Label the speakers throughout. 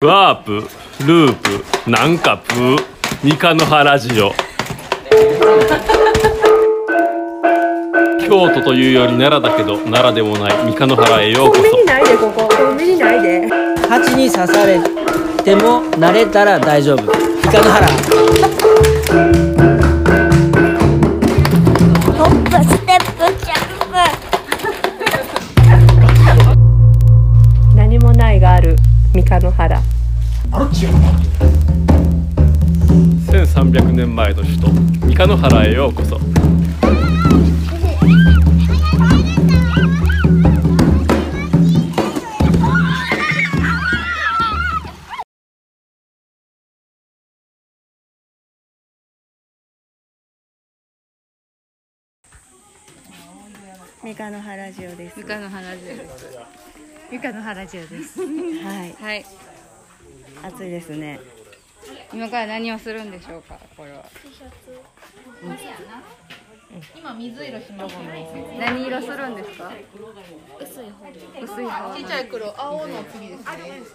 Speaker 1: ワープループなんかプー三日の原ラジオ京都というより奈良だけど奈良でもない三日の原へようこ
Speaker 2: コンビ
Speaker 1: そ
Speaker 2: ニないでここコンビニないで
Speaker 3: 蜂に刺されても慣れたら大丈夫イカの腹
Speaker 4: ホップステップジャンプ
Speaker 2: 何もないがある三日の原
Speaker 1: 1300年前の首都三日の原へようこそ
Speaker 2: 三日の原ジオです
Speaker 5: ゆかの原中です。ゆかの原中です。
Speaker 2: はい
Speaker 5: はい。
Speaker 2: 暑いですね
Speaker 5: 今から何をするんでしょうか。これは。今水色しま何色するんですか。薄い方。薄い方。ちっちゃい黒、青の次ですね。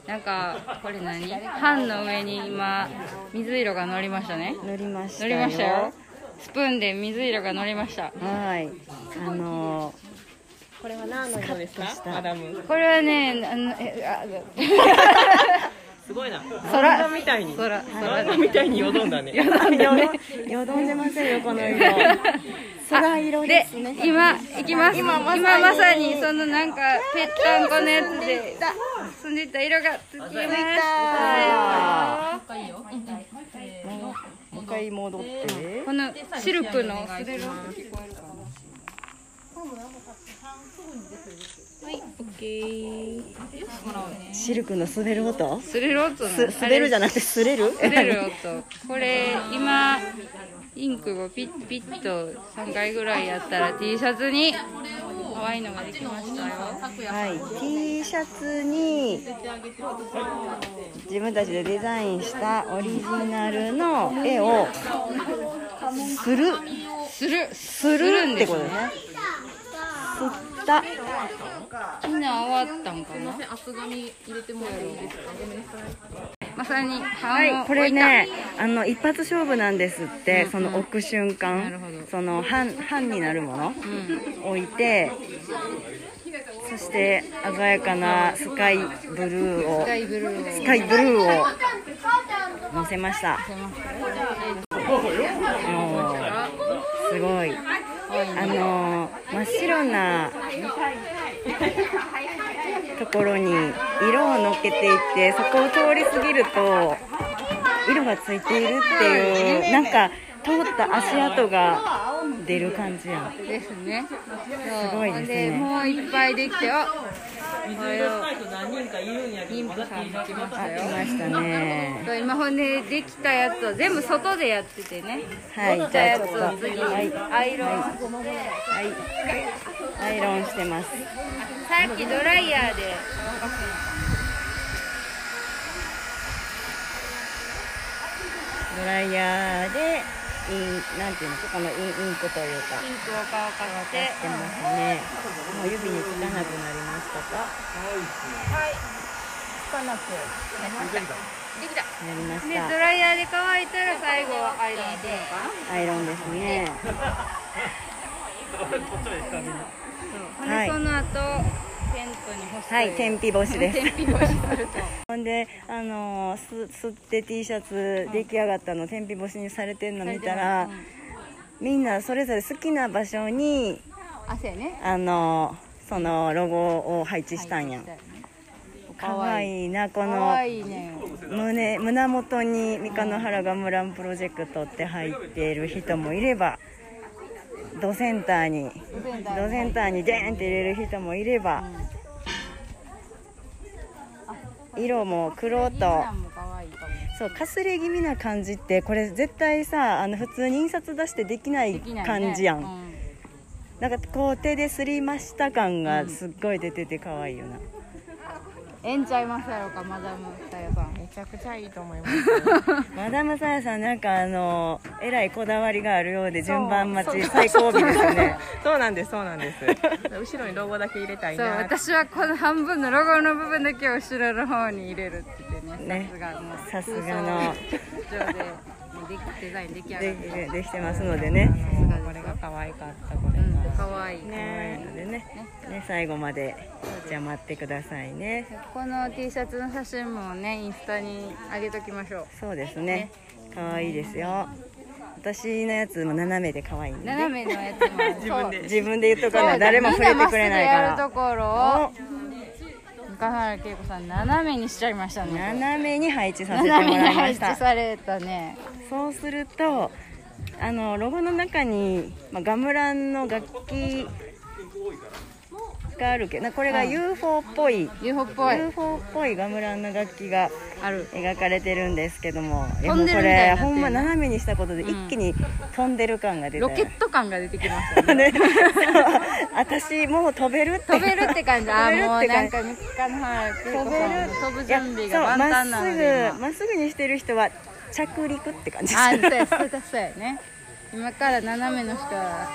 Speaker 5: なんかこれ何？半の上に今水色が乗りましたね。
Speaker 2: 乗りました
Speaker 5: 乗
Speaker 2: よ
Speaker 5: りましたよ。スプーンで水色が乗りました。
Speaker 2: はいあのー
Speaker 5: これはね、あのえあ
Speaker 6: すごいな。
Speaker 5: 空
Speaker 6: みたいに。
Speaker 5: 空空
Speaker 6: みたいによどんだね。
Speaker 2: よどんでませんよこの色空色
Speaker 5: で
Speaker 2: ですね
Speaker 5: 今行きます今まさにそのなんかぺったんこのやつで住んでた色がつきました
Speaker 2: もう一回戻って
Speaker 5: このシルクのスレロ聞こえるかな
Speaker 2: シルクの滑る音
Speaker 5: スレロ音の
Speaker 2: す滑るじゃなくて擦れる
Speaker 5: スレロ音これ今インクをピッピッと3回ぐらいやったら T シャツに淡いのができましたよ
Speaker 2: はい T シャツに自分たちでデザインしたオリジナルの絵をする
Speaker 5: するす
Speaker 2: す
Speaker 5: る
Speaker 2: る
Speaker 5: ん
Speaker 2: っ
Speaker 5: で
Speaker 2: て
Speaker 5: す
Speaker 2: こと
Speaker 5: よ
Speaker 2: ですね吸った
Speaker 5: みんな終わったんかな厚紙入れてもらまさに
Speaker 2: は
Speaker 5: 半を
Speaker 2: い、これね、あの一発勝負なんですって、その置く瞬
Speaker 5: なる
Speaker 2: 間
Speaker 5: ほど、
Speaker 2: その半半になるもの、置いて、そして鮮やかなスカイブルーを、
Speaker 5: ダイブルーを
Speaker 2: スカイブルーを乗せました。おーすごい。あのー真っ白なところに色をのっけていってそこを通り過ぎると色がついているっていうなんか通った足跡が出る感じや
Speaker 5: ですねす
Speaker 2: ごいですね
Speaker 5: もういっぱいできてあ
Speaker 6: 水色スカイト何人かいるんやけど、まだ T シャツが。
Speaker 2: あいましたね
Speaker 5: そう今ほんでできたやつを全部外でやっててね
Speaker 2: はい
Speaker 5: でき
Speaker 2: じ
Speaker 5: た
Speaker 2: ゃあ
Speaker 5: や
Speaker 2: ちょっ
Speaker 5: つ
Speaker 2: と
Speaker 5: を次アイロン
Speaker 2: はいアイロンしてます
Speaker 5: さっきドライヤーで
Speaker 2: ドライヤーでインなんていうのこのインインクというか
Speaker 5: ピンクを乾かして
Speaker 2: 出ますね。もう指につかなくなりましたか。はい。つかなくなりました。でき
Speaker 5: で
Speaker 2: た。
Speaker 5: ドライヤーで乾いたら最後はアイロンするのかな
Speaker 2: アイロンですね。
Speaker 5: ほんで、
Speaker 2: はい
Speaker 5: その後テントに干して
Speaker 2: はい、天日干しです。
Speaker 5: 天日干しすると
Speaker 2: ほんで、あのーす吸って T シャツ出来上がったの天日干しにされてるの見たら、みんなそれぞれ好きな場所に
Speaker 5: 汗ね
Speaker 2: あのーそのロゴを配置したんやん。かわいいなこ
Speaker 5: か
Speaker 2: の
Speaker 5: わいいね
Speaker 2: 胸胸元に三日の原ガムランプロジェクトって入っている人もいればドセンターにドセンターにデーンって入れる人もいれば色も黒と
Speaker 5: もかわいいかも
Speaker 2: そうかすれ気味な感じってこれ絶対さあの普通に印刷出してできない
Speaker 5: できないね
Speaker 2: 感じやん
Speaker 5: う
Speaker 2: な,、んかこう手ですりました感がすっごい出てて可愛いよな、
Speaker 5: えんちゃいますやろうかマダムさやさん
Speaker 6: めちゃくちゃいいと思います。
Speaker 2: マダムサヤさんなんかあのえらいこだわりがあるようで順番待ち最後尾ですね。
Speaker 6: そうなんです、そうなんです。後ろにロゴだけ入れたい
Speaker 5: そう
Speaker 6: な。
Speaker 5: 私はこの半分のロゴの部分だけを後ろの方に入れるって言ってね
Speaker 2: ね
Speaker 5: さすがもう
Speaker 2: さすがの
Speaker 5: 空想上でもうできデザイン出来上が
Speaker 2: で
Speaker 5: る
Speaker 2: きできてますのでね。
Speaker 6: これが可愛かった、これ
Speaker 5: う
Speaker 6: が。
Speaker 5: んかわいい、
Speaker 2: はいのでねね最後までじゃあ待ってくださいね。
Speaker 5: この T シャツの写真もねインスタに上げときましょ
Speaker 2: そうですね。可愛いですよ。私のやつも斜めで可愛いん
Speaker 5: う
Speaker 2: で。
Speaker 5: 斜めのやつも自分で
Speaker 2: 自分で言っとかない誰も触れてくれない
Speaker 5: みんなまっすぐやると
Speaker 2: か
Speaker 5: ころ
Speaker 2: ら
Speaker 5: を。中原恵子さん斜めにしちゃいました
Speaker 2: お
Speaker 5: ね
Speaker 2: 斜めに配置させて
Speaker 5: 斜め
Speaker 2: も
Speaker 5: に
Speaker 2: らいま
Speaker 5: 配
Speaker 2: し
Speaker 5: 置
Speaker 2: た。
Speaker 5: されたね
Speaker 2: そうするとあのロゴの中に、まあ、ガムランの楽器があるけどなこれが UFO っぽい、
Speaker 5: UFO っぽい
Speaker 2: UFO っぽいガムランの楽器が
Speaker 5: ある
Speaker 2: 描かれてるんですけどもいや
Speaker 5: 飛ん
Speaker 2: う
Speaker 5: で
Speaker 2: こ
Speaker 5: るみたいにな
Speaker 2: れ
Speaker 5: ってる
Speaker 2: ほんま斜めにしたことで一気に飛んでる感が出て、
Speaker 5: ロケット感が出てきましたね
Speaker 2: ね そう私もう飛べるって
Speaker 5: 飛べるって感じ。あー、も
Speaker 2: 飛
Speaker 5: う
Speaker 2: べる
Speaker 5: な
Speaker 2: って感
Speaker 5: ん
Speaker 2: じ
Speaker 5: か三日の早く
Speaker 2: 飛べ
Speaker 5: 飛
Speaker 2: る
Speaker 5: ぶ
Speaker 2: いや
Speaker 5: 準備が万端なので
Speaker 2: そうまっすぐまっすぐにしてる人は着陸って感じ
Speaker 5: 今。あー、そうやそうやそうやね。今から斜めの人は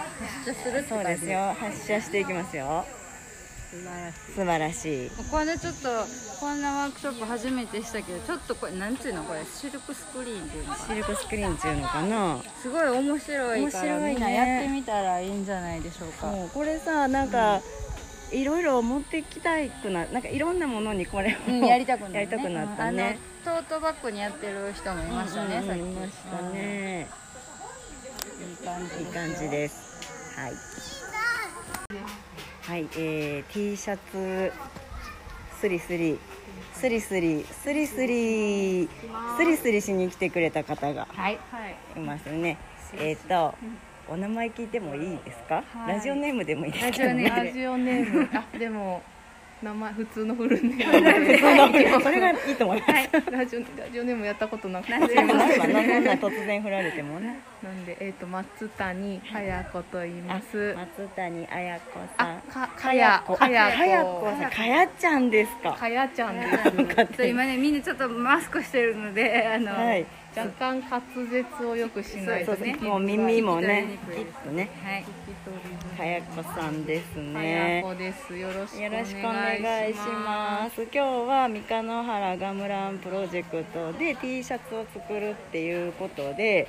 Speaker 5: 発射するって
Speaker 2: そう
Speaker 5: 感
Speaker 2: で
Speaker 5: じ。
Speaker 2: すよ発射していきますよ
Speaker 5: 素晴らしい。
Speaker 2: 素晴らしい
Speaker 5: ここでちょっとこんなワークショップ初めてしたけど、ちょっとこれなんていうのこれシルクスクリーンっていうのかな。
Speaker 2: シルクスクリーンっていうのかな
Speaker 5: すごい面白いから
Speaker 2: 面白いね
Speaker 5: みんなやってみたらいいんじゃないでしょうか。
Speaker 2: もうこれさなんか、いろいろ持ってきたいくななんかいろんなものにこれを、
Speaker 5: うん、やりたくなる、ね、
Speaker 2: やりたくなったね
Speaker 5: うんあのトートバッグにやってる人もいましたね、
Speaker 2: うん
Speaker 5: さっき
Speaker 2: いましたね、
Speaker 5: うんいい感じ
Speaker 2: いい感じですはいはい、えー、T シャツスリスリスリスリスリスリスリスリしに来てくれた方が
Speaker 5: はい
Speaker 2: いますねえっ、とお名前聞いてもいいですか、
Speaker 5: はい
Speaker 2: ラジオネームでもいいです
Speaker 6: ラ
Speaker 2: け
Speaker 6: ジ
Speaker 2: ど
Speaker 6: オ
Speaker 2: ね
Speaker 6: ネーム。あ、でも、名前、普通のフルネー ム。
Speaker 2: それがいいと思います。
Speaker 6: ラジオ、ラジオネームやったことなくて。
Speaker 2: でもないわなそんな突然振られてもね。
Speaker 6: なんで、えっ、と、松谷彩子と言います。
Speaker 2: 松谷彩子さ
Speaker 6: あ
Speaker 2: ん、。
Speaker 6: か、かや、
Speaker 2: あ
Speaker 6: かや
Speaker 2: かや子
Speaker 6: 子。
Speaker 2: さん、かやちゃんですか。
Speaker 6: かやちゃんです。
Speaker 5: そう今ねみんなちょっとマスクしてるのであの、
Speaker 2: はい。
Speaker 6: 若干滑舌をよくしない
Speaker 2: そ
Speaker 6: と
Speaker 2: うで
Speaker 6: ね
Speaker 2: す。ね。もう耳もね、
Speaker 5: 聞き取りに
Speaker 2: きっ
Speaker 5: くい
Speaker 2: とね、
Speaker 5: はい、
Speaker 2: かや子さんです
Speaker 6: かや
Speaker 2: ね。
Speaker 6: 子です。よろしくお
Speaker 2: よろしくお
Speaker 6: 願
Speaker 2: 願
Speaker 6: い
Speaker 2: い
Speaker 6: し
Speaker 2: し
Speaker 6: ま
Speaker 2: ます。今日は三日野原ガムランプロジェクトで T シャツを作るっていうことで、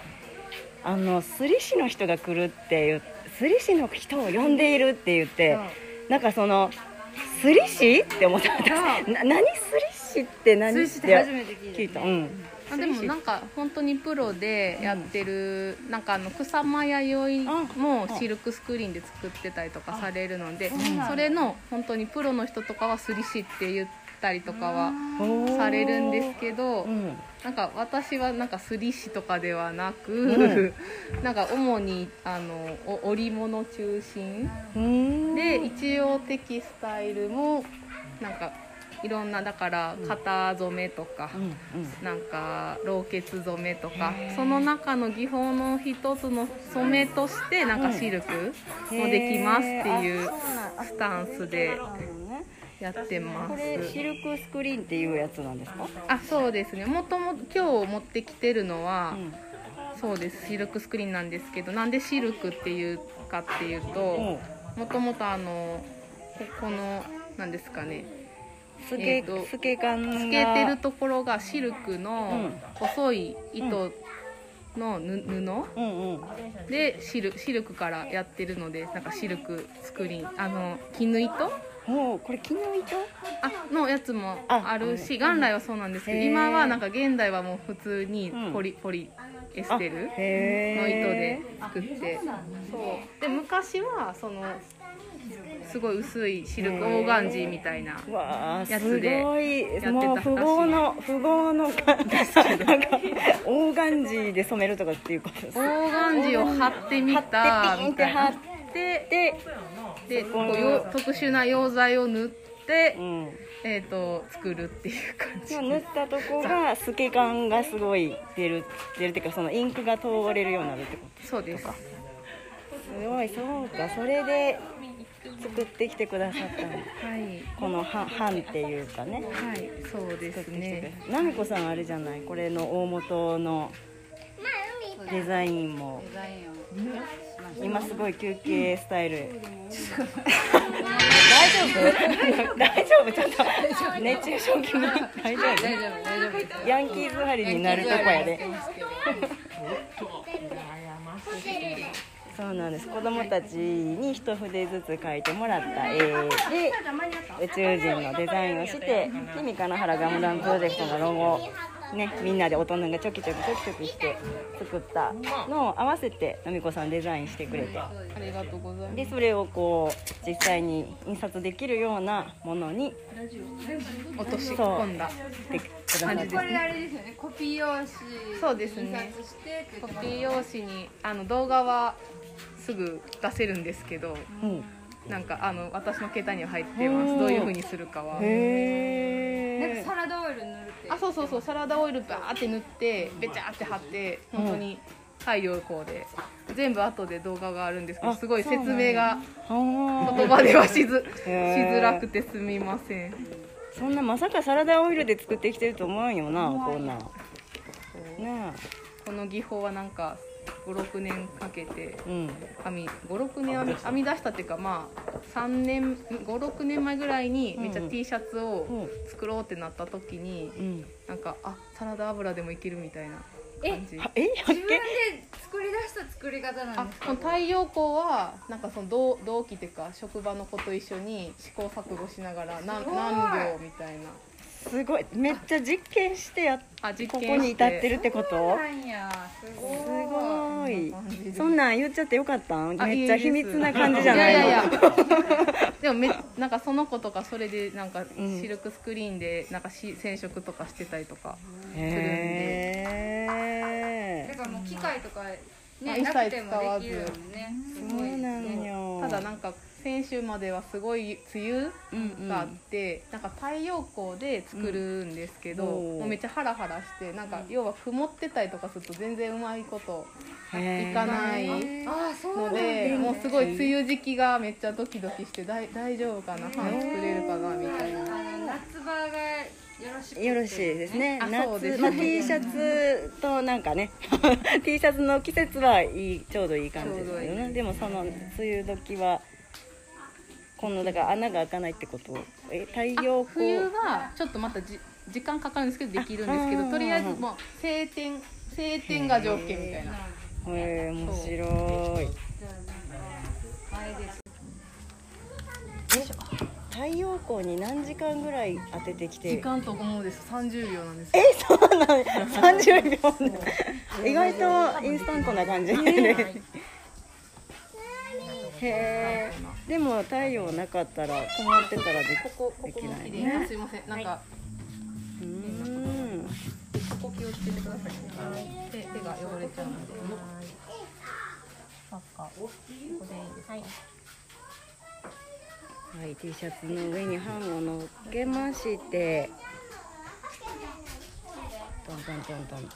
Speaker 2: あのスリ師の人が来るっていう、スリ師の人を呼んでいるって言って、なんかそのスリ師って思った。な何スリ師って何
Speaker 5: 通知って初めて聞
Speaker 2: 聞
Speaker 5: い
Speaker 2: い
Speaker 5: た
Speaker 2: た。
Speaker 5: よ
Speaker 2: う
Speaker 5: ね、
Speaker 2: ん。
Speaker 6: す。あでもなんか本当にプロでやってる、なんかあの草間弥生もシルクスクリーンで作ってたりとかされるので、それの本当にプロの人とかはすりしって言ったりとかはされるんですけど、
Speaker 2: うん。
Speaker 6: なんか私はなんかすりしとかではなく、
Speaker 2: う
Speaker 6: なんか主にあのお織物中心。
Speaker 2: うーん。
Speaker 6: で一応テキスタイルもなんかいろんなだから型染めとか、
Speaker 2: うん
Speaker 6: なんかろうけつ染めとかその中の技法の一つの染めとしてなんかシルク
Speaker 2: うん。
Speaker 6: もできますってい
Speaker 2: へー
Speaker 6: う
Speaker 2: あそうなんあ
Speaker 6: スタンスで
Speaker 2: そうなんね
Speaker 6: やってま
Speaker 2: こ
Speaker 6: す
Speaker 2: れシルクスクリーンっていうやつなんですか？
Speaker 6: あそうですねもともと今日持ってきてるのは、
Speaker 2: ん
Speaker 6: そうですシルクスクリーンなんですけどなんでシルクっていうかっていう
Speaker 2: うん
Speaker 6: ともともとあのここのなんですかね
Speaker 2: スケ、
Speaker 6: えーと
Speaker 2: スケ感が
Speaker 6: 透けてるところがシルクの
Speaker 2: ん
Speaker 6: 細い糸のぬ布
Speaker 2: うんうん
Speaker 6: でシルシルクからやってるのでなんかシルクスクリーンあの絹糸
Speaker 2: もうこれ絹糸
Speaker 6: あのやつも
Speaker 2: あ
Speaker 6: あるし元来はそうなんですけど
Speaker 2: へー
Speaker 6: 今はなんか現代はもう普通に
Speaker 2: うん
Speaker 6: ポリポリエステル
Speaker 2: へ
Speaker 6: の糸で
Speaker 2: え
Speaker 6: 作ってそうで昔はそのすごい薄いシルクオーガンジーみたいな
Speaker 2: わあ
Speaker 6: や
Speaker 2: す
Speaker 6: つで
Speaker 2: ごい
Speaker 6: てた
Speaker 2: もう富豪の富豪のかなんかオーガンジーで染めるとかっていうことです
Speaker 6: オーガンジを貼ってみた
Speaker 2: 貼ってピーン
Speaker 6: み
Speaker 2: って
Speaker 6: たい
Speaker 2: 貼
Speaker 6: な
Speaker 2: ってで
Speaker 6: で
Speaker 2: こ
Speaker 6: こ
Speaker 2: に
Speaker 6: うよ特殊な溶剤を塗って、
Speaker 2: うん
Speaker 6: えっ、と作るっていう感じ
Speaker 2: 今塗ったとこが透け感がすごい出る出るっていうかそのインクが通れるようになるってこと
Speaker 6: そうです
Speaker 2: すごいそうかそれで作ってきてくださったの
Speaker 6: はい
Speaker 2: このは版っていうかね
Speaker 6: はいそうです
Speaker 2: 作ってきてくだ
Speaker 6: ね
Speaker 2: さったなみこさんあれじゃないこれの大元のデザインも
Speaker 5: デザインを
Speaker 2: 今すごい休憩スタイル、大丈夫大丈夫ちょっと熱中症気味大丈
Speaker 5: 大丈夫大丈夫です
Speaker 2: 夫ヤンキー座りになるとこやでそうなんです子供たちに一筆ずつ描いてもらった絵で宇宙人のデザインをしてで三河原ガムランプロジェクトのロゴね、みんなで大人がちょきちょきちょきちょきして作ったのを合わせてのみこさんデザインしてくれて
Speaker 6: ありがとうございます
Speaker 2: でそれをこう実際に印刷できるようなものに
Speaker 6: 落とし込んだ
Speaker 2: してくださって
Speaker 5: これあれですよねコピー用紙
Speaker 6: そうですね
Speaker 5: 印刷してって
Speaker 6: コピー用紙にあの動画はすぐ出せるんですけど
Speaker 2: うん
Speaker 6: なんかあの私の携帯には入ってま
Speaker 2: おー
Speaker 6: すどういうふうにするかは
Speaker 2: へ
Speaker 5: なんかサラダオイル塗るって
Speaker 6: あそうそうそうサラダオイルバーって塗ってべちゃって貼って本当に太陽光で全部後で動画があるんですけど
Speaker 2: あ
Speaker 6: すごい説明が
Speaker 2: え
Speaker 6: 言葉ではしずし
Speaker 2: へー
Speaker 6: づらくてすみません
Speaker 2: そんなまさかサラダオイルで作ってきてると思うんよなこんなんね
Speaker 6: この技法はなんか56年かけて
Speaker 2: えうん
Speaker 6: 編み56年編み編み出したっていうかまあ3年56年前ぐらいにめっちゃ
Speaker 2: うんうん
Speaker 6: T シャツ
Speaker 2: う
Speaker 6: を
Speaker 2: ん
Speaker 6: 作ろうってなった時に
Speaker 2: うん
Speaker 6: なんかあサラダ油でもいけるみたいな感じ
Speaker 2: はえやっ
Speaker 5: 自分で
Speaker 2: け
Speaker 5: 作り出した作り方なん
Speaker 6: あ
Speaker 5: です
Speaker 6: この太陽光はなんかその同同期っていうか職場の子と一緒に試行錯誤しながら何
Speaker 5: すごい
Speaker 6: 何秒みたいな
Speaker 2: すごいめっちゃ実験してやっ
Speaker 6: あ実
Speaker 2: こ
Speaker 6: 験
Speaker 2: こに至ってるってこ
Speaker 5: そ
Speaker 2: と
Speaker 5: うなんやすごい
Speaker 2: すごい
Speaker 6: 感じで
Speaker 2: そんなん言っちゃってよかったん
Speaker 6: あ
Speaker 2: めっちゃ
Speaker 6: いい
Speaker 2: 秘
Speaker 6: で
Speaker 2: 密
Speaker 6: す
Speaker 2: な感じじゃないの
Speaker 6: いやいやいやでもめなんかその子とかそれでなんか
Speaker 2: ん
Speaker 6: シルクスクリーンでなんかし染色とかしてたりとか
Speaker 2: へ
Speaker 5: だ
Speaker 2: え
Speaker 5: からもう機械とかね
Speaker 6: まあ一切
Speaker 5: なくてもできるよねす
Speaker 2: そ
Speaker 5: ご
Speaker 2: う
Speaker 5: いです
Speaker 2: なの
Speaker 5: ね
Speaker 2: よ
Speaker 6: ただなんか先週まではすごい梅雨があって、なんか太陽光で作るんですけど、
Speaker 2: うんおー
Speaker 6: もうめっちゃハラハラしてなんか要は曇ってたりとかすると全然うまいこと
Speaker 2: へ
Speaker 6: い
Speaker 2: え
Speaker 6: かない
Speaker 5: あそうな
Speaker 6: の
Speaker 5: んだ
Speaker 6: で、もうすごい梅雨時期がめっちゃドキドキして大大丈夫かな半作れるかなみたいな。
Speaker 5: あの夏場がよろしくて
Speaker 2: よろしいですね。
Speaker 6: あそうで
Speaker 2: 夏、
Speaker 6: す
Speaker 2: まあ、T シャツとなんかね、T シャツの季節はいいちょうどいい感じですよ
Speaker 6: ちょうど
Speaker 2: ね。でもその梅雨時はこのだから穴が開かないってこと。え太陽光
Speaker 6: 冬はちょっとまたじ時間かかるんですけどできるんですけ
Speaker 2: あうん
Speaker 6: どとりあえずもう晴天晴天が条件みたいな
Speaker 2: へえ面白い。え太陽光に何時間ぐらい当ててきてる
Speaker 6: 時間と思うです30秒なんです
Speaker 2: えそうなの30秒 で意外とインスタントな感じねへえでも太陽なかったら曇ってたらで
Speaker 6: こここ
Speaker 2: で
Speaker 6: こ
Speaker 2: き
Speaker 6: も
Speaker 2: ない
Speaker 6: 綺
Speaker 2: ね
Speaker 6: 麗なすいませんなんか
Speaker 2: うーん
Speaker 6: ここ気をつけてくださいね手手が汚れちゃうので
Speaker 2: はい T シャツの上に版を乗っけましてトントントントンと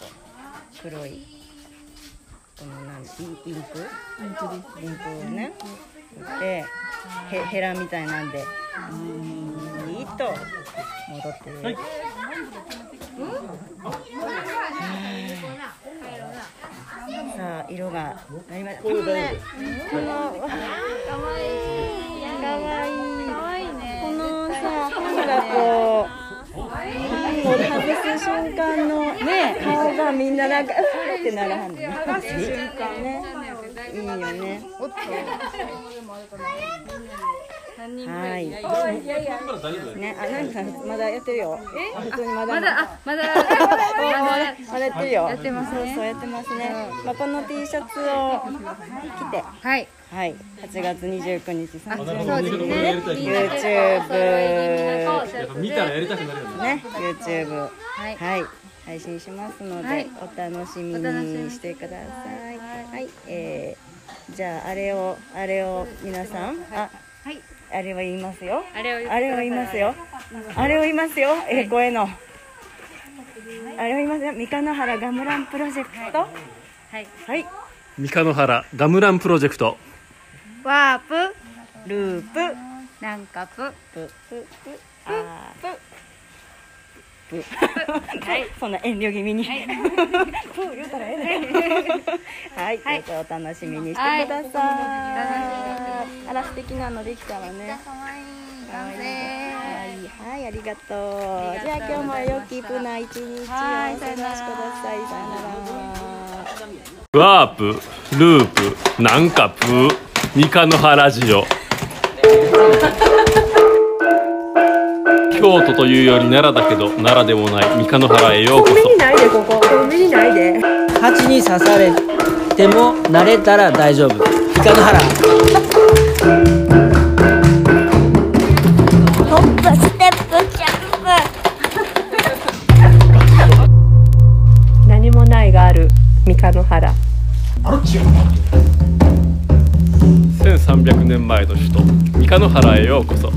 Speaker 2: 黒いこのなんインインクインクをねでへヘラみたいなんでいいと戻ってる、さあ色がなりましたこのねこのわあかわいいかわいいこのさ歯がこう版を外す瞬間のね顔がみんななんかうわーってなるはずね
Speaker 5: 剥がす瞬間
Speaker 2: ね
Speaker 5: だい
Speaker 2: いい
Speaker 5: ぶ
Speaker 2: よ
Speaker 5: わかる
Speaker 2: ね
Speaker 5: おっと何人ぐら
Speaker 2: はいい
Speaker 5: いやいや
Speaker 2: ねあなんかまだやってるよえ普通にまだ
Speaker 5: まだあま だ
Speaker 2: まだまだやってるよ
Speaker 5: やってますね
Speaker 2: そうそうやってますねまあこの T シャツを着て
Speaker 5: はい
Speaker 2: はい、8月29日
Speaker 5: あ
Speaker 2: 30
Speaker 5: そうですねみんなでお揃いにみんなこう
Speaker 2: YouTube
Speaker 5: シャツ
Speaker 1: 見たらやりたくなるよね
Speaker 2: ね YouTube
Speaker 5: はい
Speaker 2: はい配信しますので、
Speaker 5: はい
Speaker 2: お楽しみ
Speaker 5: お楽しみに
Speaker 2: にしてくださいはい、えー、じゃああれをあれを皆さんあ
Speaker 5: はい
Speaker 2: あれは言いますよ
Speaker 5: あれを言ってくださ
Speaker 2: あれを言いますよあれを言いますよえー、声のあれを言いますよ三河野原ガムランプロジェクト
Speaker 5: はい
Speaker 2: はい
Speaker 1: 三河原ガムランプロジェクト
Speaker 5: ワープ
Speaker 2: ループ
Speaker 5: なんかぷ
Speaker 2: プププあ
Speaker 5: ぷ
Speaker 2: ープはいそんな遠慮気味に プー言うたらええねん はいどうぞお楽しみにしてくださいあら素敵なのできたわね
Speaker 5: 完成
Speaker 2: はい、はい、ありがとう。じゃあ今日も良きプな一日をお過ごしください。さよなら。
Speaker 1: ワープループなんかプー三日の原ジオ京都というより奈良だけど奈良でもない三日の原へようこそ
Speaker 3: 蜂に刺されても慣れたら大丈夫イカの腹
Speaker 4: ホップステップジャンプ
Speaker 7: 何もないがある三日の原
Speaker 1: 1300年前の首都三日の原へようこそ